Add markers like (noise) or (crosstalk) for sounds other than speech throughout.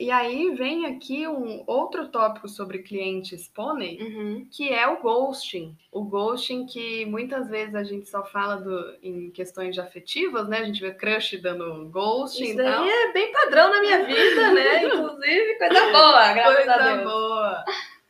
E aí vem aqui um outro tópico sobre clientes pônei, Uhum. que é o ghosting. O ghosting que muitas vezes a gente só fala do- em questões de afetivas, né? A gente vê crush dando ghosting Isso e daí tal. é bem padrão na minha vida, (laughs) né? Inclusive, coisa boa, graças É Coisa a Deus. boa.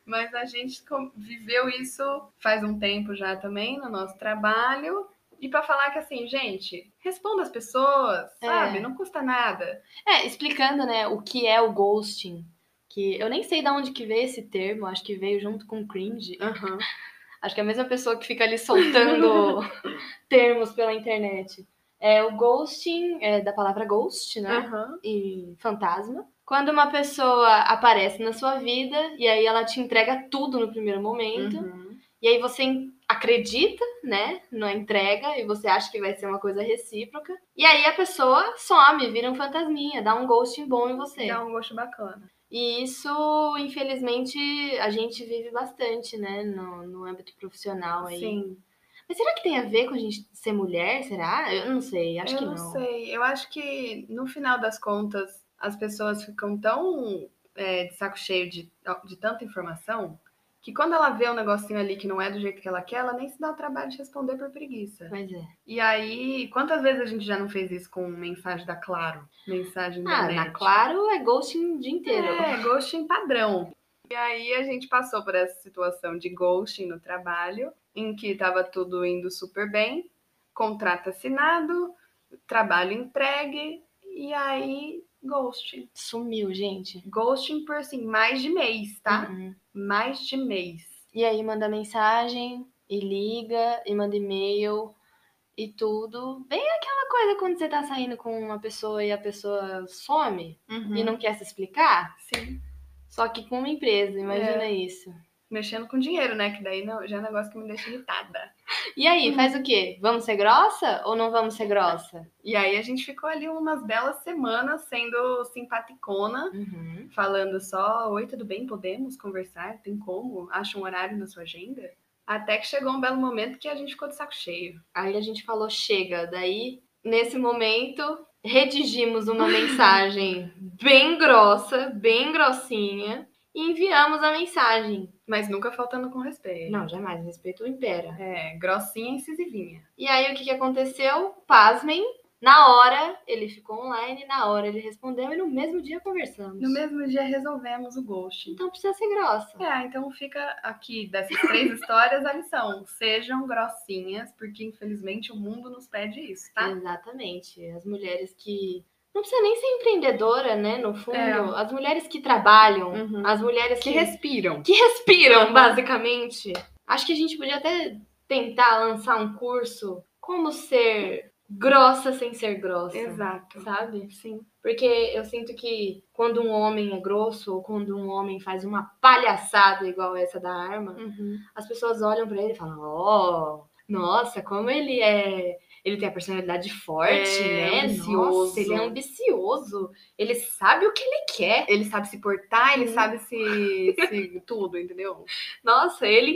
Mas a gente com- viveu isso faz um tempo já também no nosso trabalho. E pra falar que assim, gente, responda as pessoas, É. sabe? Não custa nada. É, explicando, né, o que é o ghosting. Que eu nem sei de onde que veio esse termo, acho que veio junto com cringe. Acho que é a mesma pessoa que fica ali (laughs) soltando termos pela internet. É o ghosting, é da palavra ghost, né? Aham. E fantasma. Quando uma pessoa aparece na sua vida e aí ela te entrega tudo no primeiro momento. Uhum. E aí você en- acredita, né, na entrega e você acha que vai ser uma coisa recíproca. E aí a pessoa some, vira um fantasminha, dá um ghosting bom em você. Dá um gosto bacana. E isso, infelizmente, a gente vive bastante, né, no, no âmbito profissional aí. Sim. Mas será que tem a ver com a gente ser mulher? Será? Eu não sei, acho Eu que não não. sei. Eu acho que no final das contas as pessoas ficam tão é, de saco cheio de, de tanta informação que quando ela vê um negocinho ali que não é do jeito que ela quer, ela nem se dá o trabalho de responder por preguiça. Mas é. E aí, quantas vezes a gente já não fez isso com mensagem da Claro? Mensagem da Ah, NET? na Claro é ghosting o dia inteiro. É, ghosting padrão. E aí a gente passou por essa situação de ghosting no trabalho, em que estava tudo indo super bem, contrato assinado, trabalho entregue, e aí ghosting. Sumiu, gente. Ghosting por assim, mais de mês, tá? Uhum. Mais de mês. E aí manda mensagem, e liga, e manda e-mail, e tudo. Bem aquela coisa quando você tá saindo com uma pessoa e a pessoa some e E não- assim, não quer se explicar. Sim. Só que com uma empresa, imagina isso. Mexendo com dinheiro, né? Que daí não- já é um negócio que me deixa irritada. E aí, faz o quê? Vamos ser grossa ou não vamos ser grossa? E aí a gente ficou ali umas belas semanas sendo simpaticona, Uhum. falando só, oi, tudo bem? Podemos conversar? Tem como? Acha um horário na sua agenda? Até que chegou um belo momento que a gente ficou de saco cheio. Aí a gente falou, chega. Daí, nesse momento, redigimos uma mensagem bem grossa, bem grossinha, e enviamos a mensagem. Mas nunca faltando com respeito. Não, jamais, respeito impera. É, grossinha e incisivinha. E aí, o que, que aconteceu? Pasmem. Na hora, ele ficou online, na hora ele respondeu, e no mesmo dia conversamos. No mesmo dia resolvemos o ghost. Então precisa ser grossa. É, então fica aqui dessas três (laughs) histórias a lição. Sejam grossinhas, porque infelizmente o mundo nos pede isso, tá? Exatamente. As mulheres que. Não precisa nem ser empreendedora, né? No fundo, É. as mulheres que trabalham, Uhum. as mulheres Que Uhum. respiram. que respiram, basicamente. Acho que a gente podia até tentar lançar um curso como ser grossa sem ser grossa. Exato. Sabe? Sim. Porque eu sinto que quando um homem é grosso ou quando um homem faz uma palhaçada igual essa da arma, Uhum. as pessoas olham pra ele e falam: "Ó, nossa, como ele é, ele tem a personalidade forte, É, né? ambicioso." Nossa, ele é ambicioso. Ele sabe o que ele quer. Ele sabe se portar, ele Uhum. sabe se, se tudo, entendeu? Nossa, ele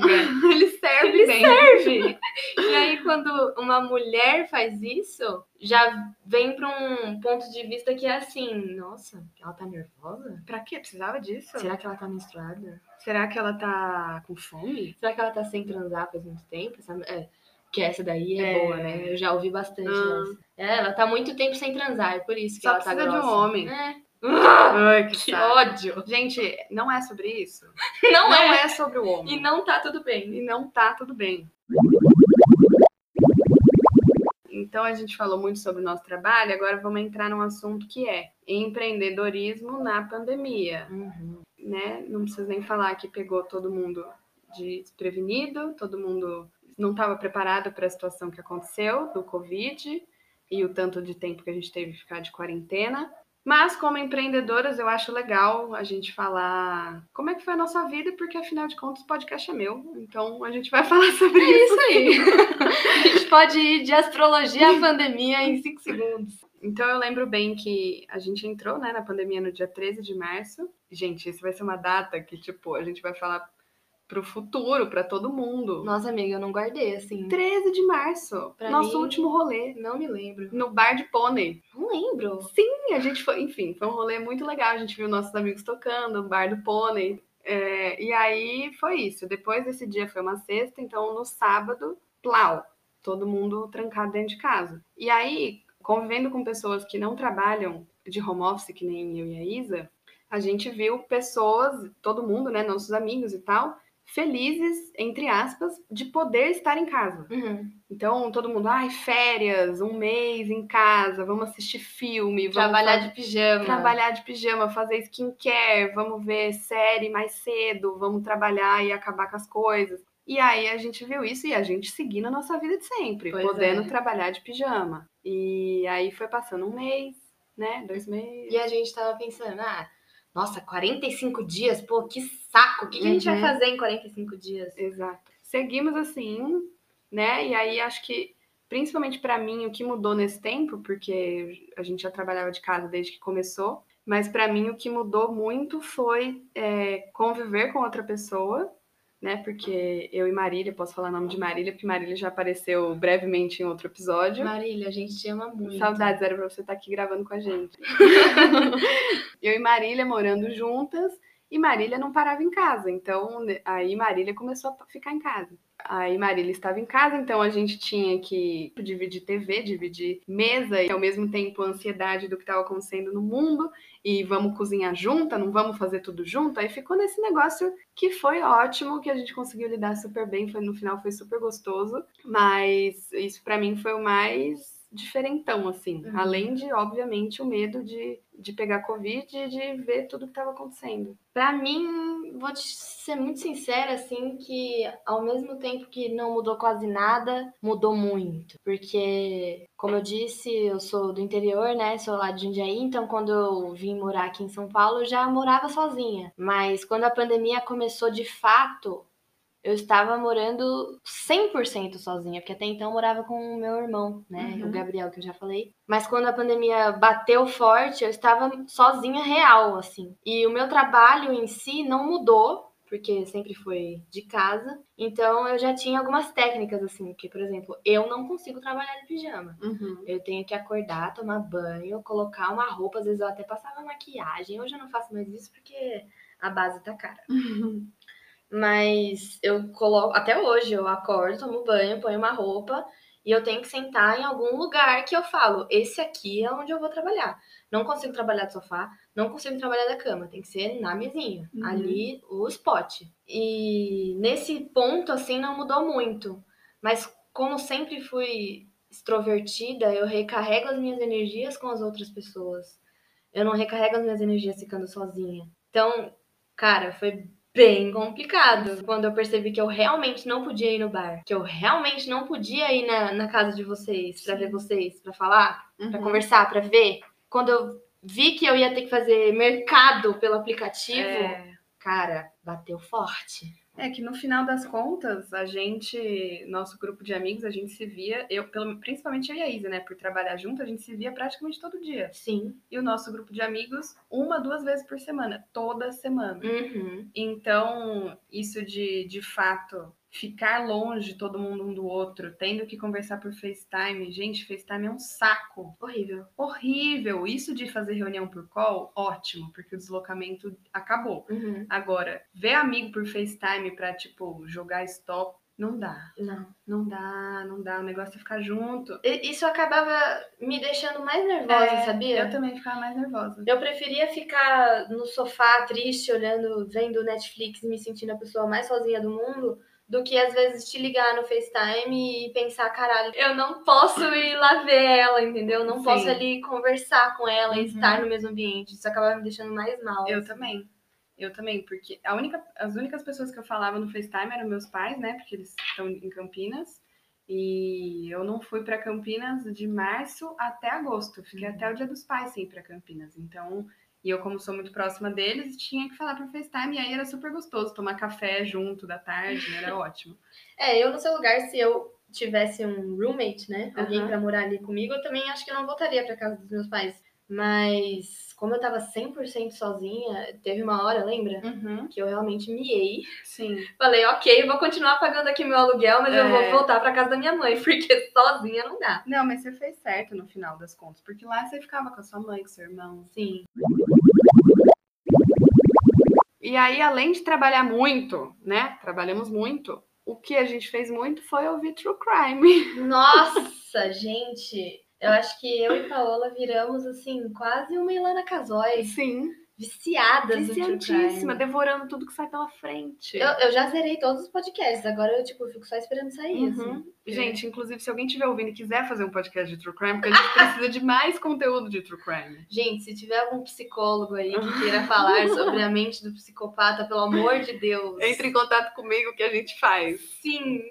(laughs) (laughs) Ele serve Ele bem. serve. E aí, quando uma mulher faz isso, já vem pra um ponto de vista que é assim: nossa, ela tá nervosa? Pra quê? Precisava disso? Será... Será que ela tá menstruada? que ela tá com (gasps) fome? Será que ela tá sem transar faz muito tempo? Essa- é, que essa daí é, É. boa, né? Eu já ouvi bastante Hum. dessa. É, ela tá muito tempo sem transar, é por isso que Só ela tá precisa de um grossa. homem. É. Ai, Que ódio. Gente, não é sobre isso. (laughs) Não, Não é. é sobre o E homem. não tá tudo bem. E não tá tudo bem. Então a gente falou muito sobre o nosso trabalho, agora vamos entrar num assunto que é empreendedorismo na pandemia. Uhum. né? Não preciso nem falar que pegou todo mundo de desprevenido, todo mundo não estava preparado para a situação que aconteceu do Covid e o tanto de tempo que a gente teve que ficar de quarentena. Mas, como empreendedoras, eu acho legal a gente falar como é que foi a nossa vida, porque afinal de contas o podcast é meu. Então a gente vai (laughs) falar sobre (laughs) É isso. isso aí. A gente pode ir de (laughs) astrologia à pandemia em 5 segundos. Então eu lembro bem que a gente entrou né, na pandemia no dia 13 de março. Gente, isso vai ser uma data que, tipo, a gente vai falar pro futuro, pra todo mundo. Nossa, amiga, eu não guardei, assim. 13 de março, Uhum. Pra nosso mim- último rolê, Não me lembro. no bar de pônei. Não lembro. Sim, a gente foi, enfim, foi um rolê muito legal. A gente viu nossos amigos tocando, o bar do pônei. É, e aí foi isso. Depois desse dia foi uma sexta, então no sábado, plau, todo mundo trancado dentro de casa. E aí, convivendo com pessoas que não trabalham de home office, que nem eu e a Isa, a gente viu pessoas, todo mundo, né, nossos amigos e tal, felizes, entre aspas, de poder estar em casa. Uhum. Então, todo mundo, ai, férias, um mês em casa, vamos assistir filme, vamos Trabalhar fa- de pijama. trabalhar de pijama, fazer skincare, vamos ver série mais cedo, vamos trabalhar e acabar com as coisas. E aí a gente viu isso e a gente seguindo a nossa vida de sempre, Pois podendo é. trabalhar de pijama. E aí foi passando um mês, né? Dois meses. E a gente tava pensando, ah, nossa, 45 dias? Pô, que saco! O que, que a gente Uhum. vai fazer em 45 dias? Exato. Seguimos assim, né? E aí acho que, principalmente pra mim, o que mudou nesse tempo, porque a gente já trabalhava de casa desde que começou, mas pra mim o que mudou muito foi é, conviver com outra pessoa, né? Porque eu e Marília, posso falar o nome de Marília, porque Marília já apareceu brevemente em outro episódio. Marília, a gente te ama muito. Saudades, era pra você estar aqui gravando com a gente. eu e Marília morando juntas, e Marília não parava em casa. Então, ne- aí Marília começou a ficar em casa. Aí Marília estava em casa, então a gente tinha que dividir TV, dividir mesa, e ao mesmo tempo a ansiedade do que estava acontecendo no mundo, e vamos cozinhar junta, não vamos fazer tudo junto. Aí ficou nesse negócio que foi ótimo, que a gente conseguiu lidar super bem, foi no final foi super gostoso. Mas isso pra mim foi o mais diferentão, assim. Uhum. Além de, obviamente, o medo de, de pegar Covid e de ver tudo que tava acontecendo. Pra mim, vou te ser muito sincera, assim, que ao mesmo tempo que não mudou quase nada, mudou muito. Porque, como eu disse, eu sou do interior, né? Sou lá de Jundiaí, então quando eu vim morar aqui em São Paulo, eu já morava sozinha. Mas quando a pandemia começou de fato, eu estava morando 100% sozinha, porque até então eu morava com o meu irmão, né? Uhum. O Gabriel, que eu já falei. Mas quando a pandemia bateu forte, eu estava sozinha real, assim. E o meu trabalho em si não mudou, porque sempre foi de casa. Então eu já tinha algumas técnicas, assim, que, por exemplo, eu não consigo trabalhar de pijama. Uhum. (laughs) Eu tenho que acordar, tomar banho, colocar uma roupa, às vezes eu até passava maquiagem. Hoje eu não faço mais isso porque a base tá cara. Mas eu coloco. Até hoje eu acordo, tomo banho, ponho uma roupa e eu tenho que sentar em algum lugar que eu falo, esse aqui é onde eu vou trabalhar. Não consigo trabalhar do sofá, não consigo trabalhar da cama, tem que ser na mesinha, Uhum. ali o spot. E nesse ponto, assim, não mudou muito. Mas como sempre fui extrovertida, eu recarrego as minhas energias com as outras pessoas. Eu não recarrego as minhas energias ficando sozinha. Então, cara, foi bem complicado. Quando eu percebi que eu realmente não podia ir no bar, que eu realmente não podia ir na, na casa de vocês, pra Sim. ver vocês, pra falar, pra Uhum. conversar, pra ver. Quando eu vi que eu ia ter que fazer mercado pelo aplicativo, É, cara, bateu forte. é que no final das contas, a gente, nosso grupo de amigos, a gente se via, eu, pelo- principalmente eu e a Isa, né? Por trabalhar junto, a gente se via praticamente todo dia. Sim. E o nosso grupo de amigos, uma, duas vezes por semana, toda semana. Uhum. Então, isso de, de fato, ficar longe todo mundo um do outro, tendo que conversar por FaceTime, gente, FaceTime é um saco. Horrível. Horrível. Isso de fazer reunião por call, ótimo, porque o deslocamento acabou. Uhum. Agora, ver amigo por FaceTime pra, tipo, jogar stop, não dá. Não. Não dá, não dá. O negócio é ficar junto. E- Isso acabava me deixando mais nervosa, É, sabia? Eu também ficava mais nervosa. Eu preferia ficar no sofá triste, olhando, vendo Netflix e me sentindo a pessoa mais sozinha do mundo, do que às vezes te ligar no FaceTime e pensar, caralho, eu não posso ir lá ver ela, entendeu? Eu não Sim. posso ali conversar com ela Uhum. e estar no mesmo ambiente. Isso acabava me deixando mais mal. Eu também. Eu também, porque a única, as únicas pessoas que eu falava no FaceTime eram meus pais, né? Porque eles estão em Campinas. E eu não fui para Campinas de março até agosto. Fiquei Uhum. até o Dia dos Pais sem ir para Campinas. Então, e eu, como sou muito próxima deles, tinha que falar por FaceTime. E aí era super gostoso tomar café junto da tarde, né, era ótimo. É, eu no seu lugar, se eu tivesse um roommate, né? Alguém Aham. pra morar ali comigo, eu também acho que eu não voltaria pra casa dos meus pais. Mas como eu tava 100% sozinha, teve uma hora, lembra? (laughs) Uhum. Que eu realmente miei. Sim. Falei, ok, eu vou continuar pagando aqui meu aluguel, mas eu É. vou voltar pra casa da minha mãe, (laughs) porque sozinha não dá. Não, mas você fez certo no final das contas, porque lá você ficava com a sua mãe, com seu irmão. Sim. E aí, além de trabalhar muito, né? Trabalhamos muito. O que a gente fez muito foi ouvir True (laughs) Crime. Nossa, (laughs) gente. Eu acho que eu e Paola viramos, assim, quase uma Ilana Casoy. Sim. Viciadas no True Viciantíssima, Crime. devorando tudo que sai pela frente. Eu, eu já zerei todos os podcasts, agora eu, tipo, fico só esperando sair, Uhum. assim. Gente, inclusive, se alguém estiver ouvindo e quiser fazer um podcast de True Crime, porque a (laughs) gente precisa de mais conteúdo de True Crime. Gente, se tiver algum psicólogo aí que (laughs) queira falar sobre a mente do psicopata, pelo amor de Deus. Entre em contato comigo que a gente faz. Sim.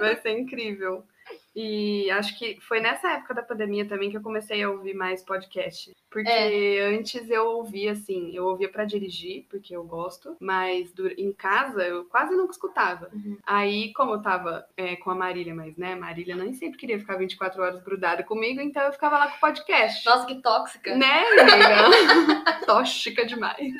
Vai ser incrível. E acho que foi nessa época da pandemia também que eu comecei a ouvir mais podcast. Porque É. antes eu ouvia, assim, eu ouvia pra dirigir, porque eu gosto, mas dur- em casa eu quase nunca escutava. Uhum. Aí, como eu tava é, com a Marília, mas né, a Marília nem sempre queria ficar 24 horas grudada comigo, então eu ficava lá com o podcast. Nossa, que tóxica. Né, amiga? (laughs) Tóxica demais.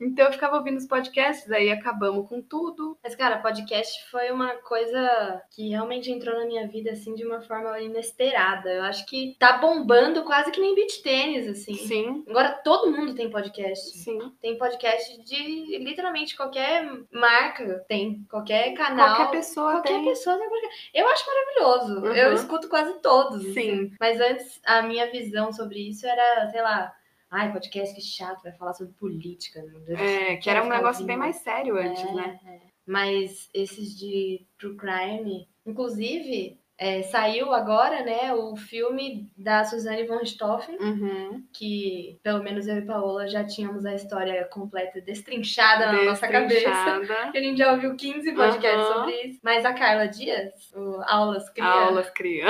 Então eu ficava ouvindo os podcasts, aí acabamos com tudo. Mas, cara, podcast foi uma coisa que realmente entrou na minha vida, assim, de uma forma inesperada. Eu acho que tá bombando quase que nem beach tênis, assim. Sim, Agora todo mundo tem podcast. sim. Tem podcast de literalmente qualquer marca tem, qualquer canal. Qualquer pessoa Qualquer tem. pessoa tem podcast. Eu acho maravilhoso. Uhum. Eu escuto quase todos. Sim. assim. Mas antes, a minha visão sobre isso era, sei lá, ai, podcast que chato, vai falar sobre política. né? meu Deus. É, que era um Ficar negócio ouvindo. bem mais sério antes, É, né? é. Mas esses de True Crime, inclusive, é, saiu agora, né, o filme da Suzanne von Stoffen, Uhum. que pelo menos eu e Paola já tínhamos a história completa destrinchada na nossa Tá cabeça. (laughs) Destrinchada. Que a gente já ouviu 15 podcasts Aham. sobre isso. Mas a Carla Dias, o Aulas Cria, Aulas cria.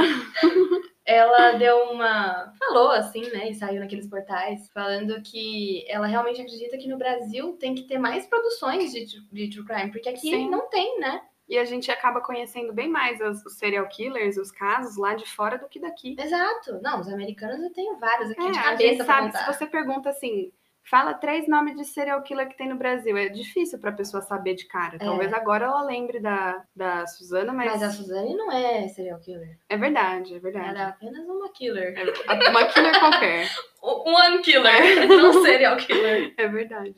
ela deu uma. falou assim, né? E saiu naqueles portais, falando que ela realmente acredita que no Brasil tem que ter mais produções de, tru- de true crime, porque aqui Sim. não tem, né? E a gente acaba conhecendo bem mais as- os serial killers, os casos lá de fora do que daqui. Exato. Não, os americanos eu tenho vários aqui É, de a gente cabeça pra sabe, se contar. você pergunta assim, fala três nomes de serial killer que tem no Brasil, é difícil pra pessoa saber de cara. Talvez agora ela lembre da, da Suzana, mas, É. Mas a Suzane não é serial killer. é verdade, é verdade. Era apenas uma killer. É uma killer qualquer. One killer, Um, (laughs) não serial killer. É verdade.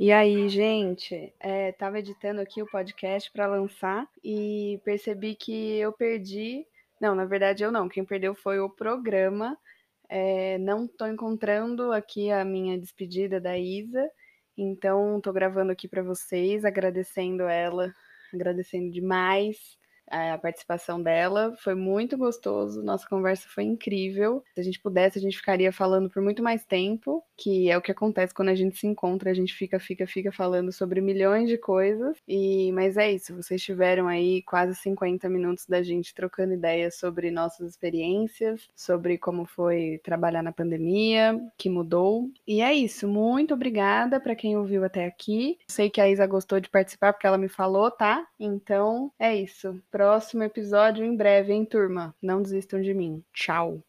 E aí, gente, é, tava editando aqui o podcast para lançar e percebi que eu perdi. Não, na verdade eu não. Quem perdeu foi o programa. É, não tô encontrando aqui a minha despedida da Isa. Então, tô gravando aqui para vocês, agradecendo ela, agradecendo demais a participação dela. Foi muito gostoso, nossa conversa foi incrível. Se a gente pudesse, a gente ficaria falando por muito mais tempo, que é o que acontece quando a gente se encontra, a gente fica, fica, fica falando sobre milhões de coisas. E mas é isso, vocês tiveram aí quase 50 minutos da gente trocando ideias sobre nossas experiências, sobre como foi trabalhar na pandemia, que mudou. E é isso, muito obrigada para quem ouviu até aqui. Sei que a Isa gostou de participar porque ela me falou, tá? Então é isso. Próximo episódio em breve, hein, turma? Não desistam de mim. Tchau.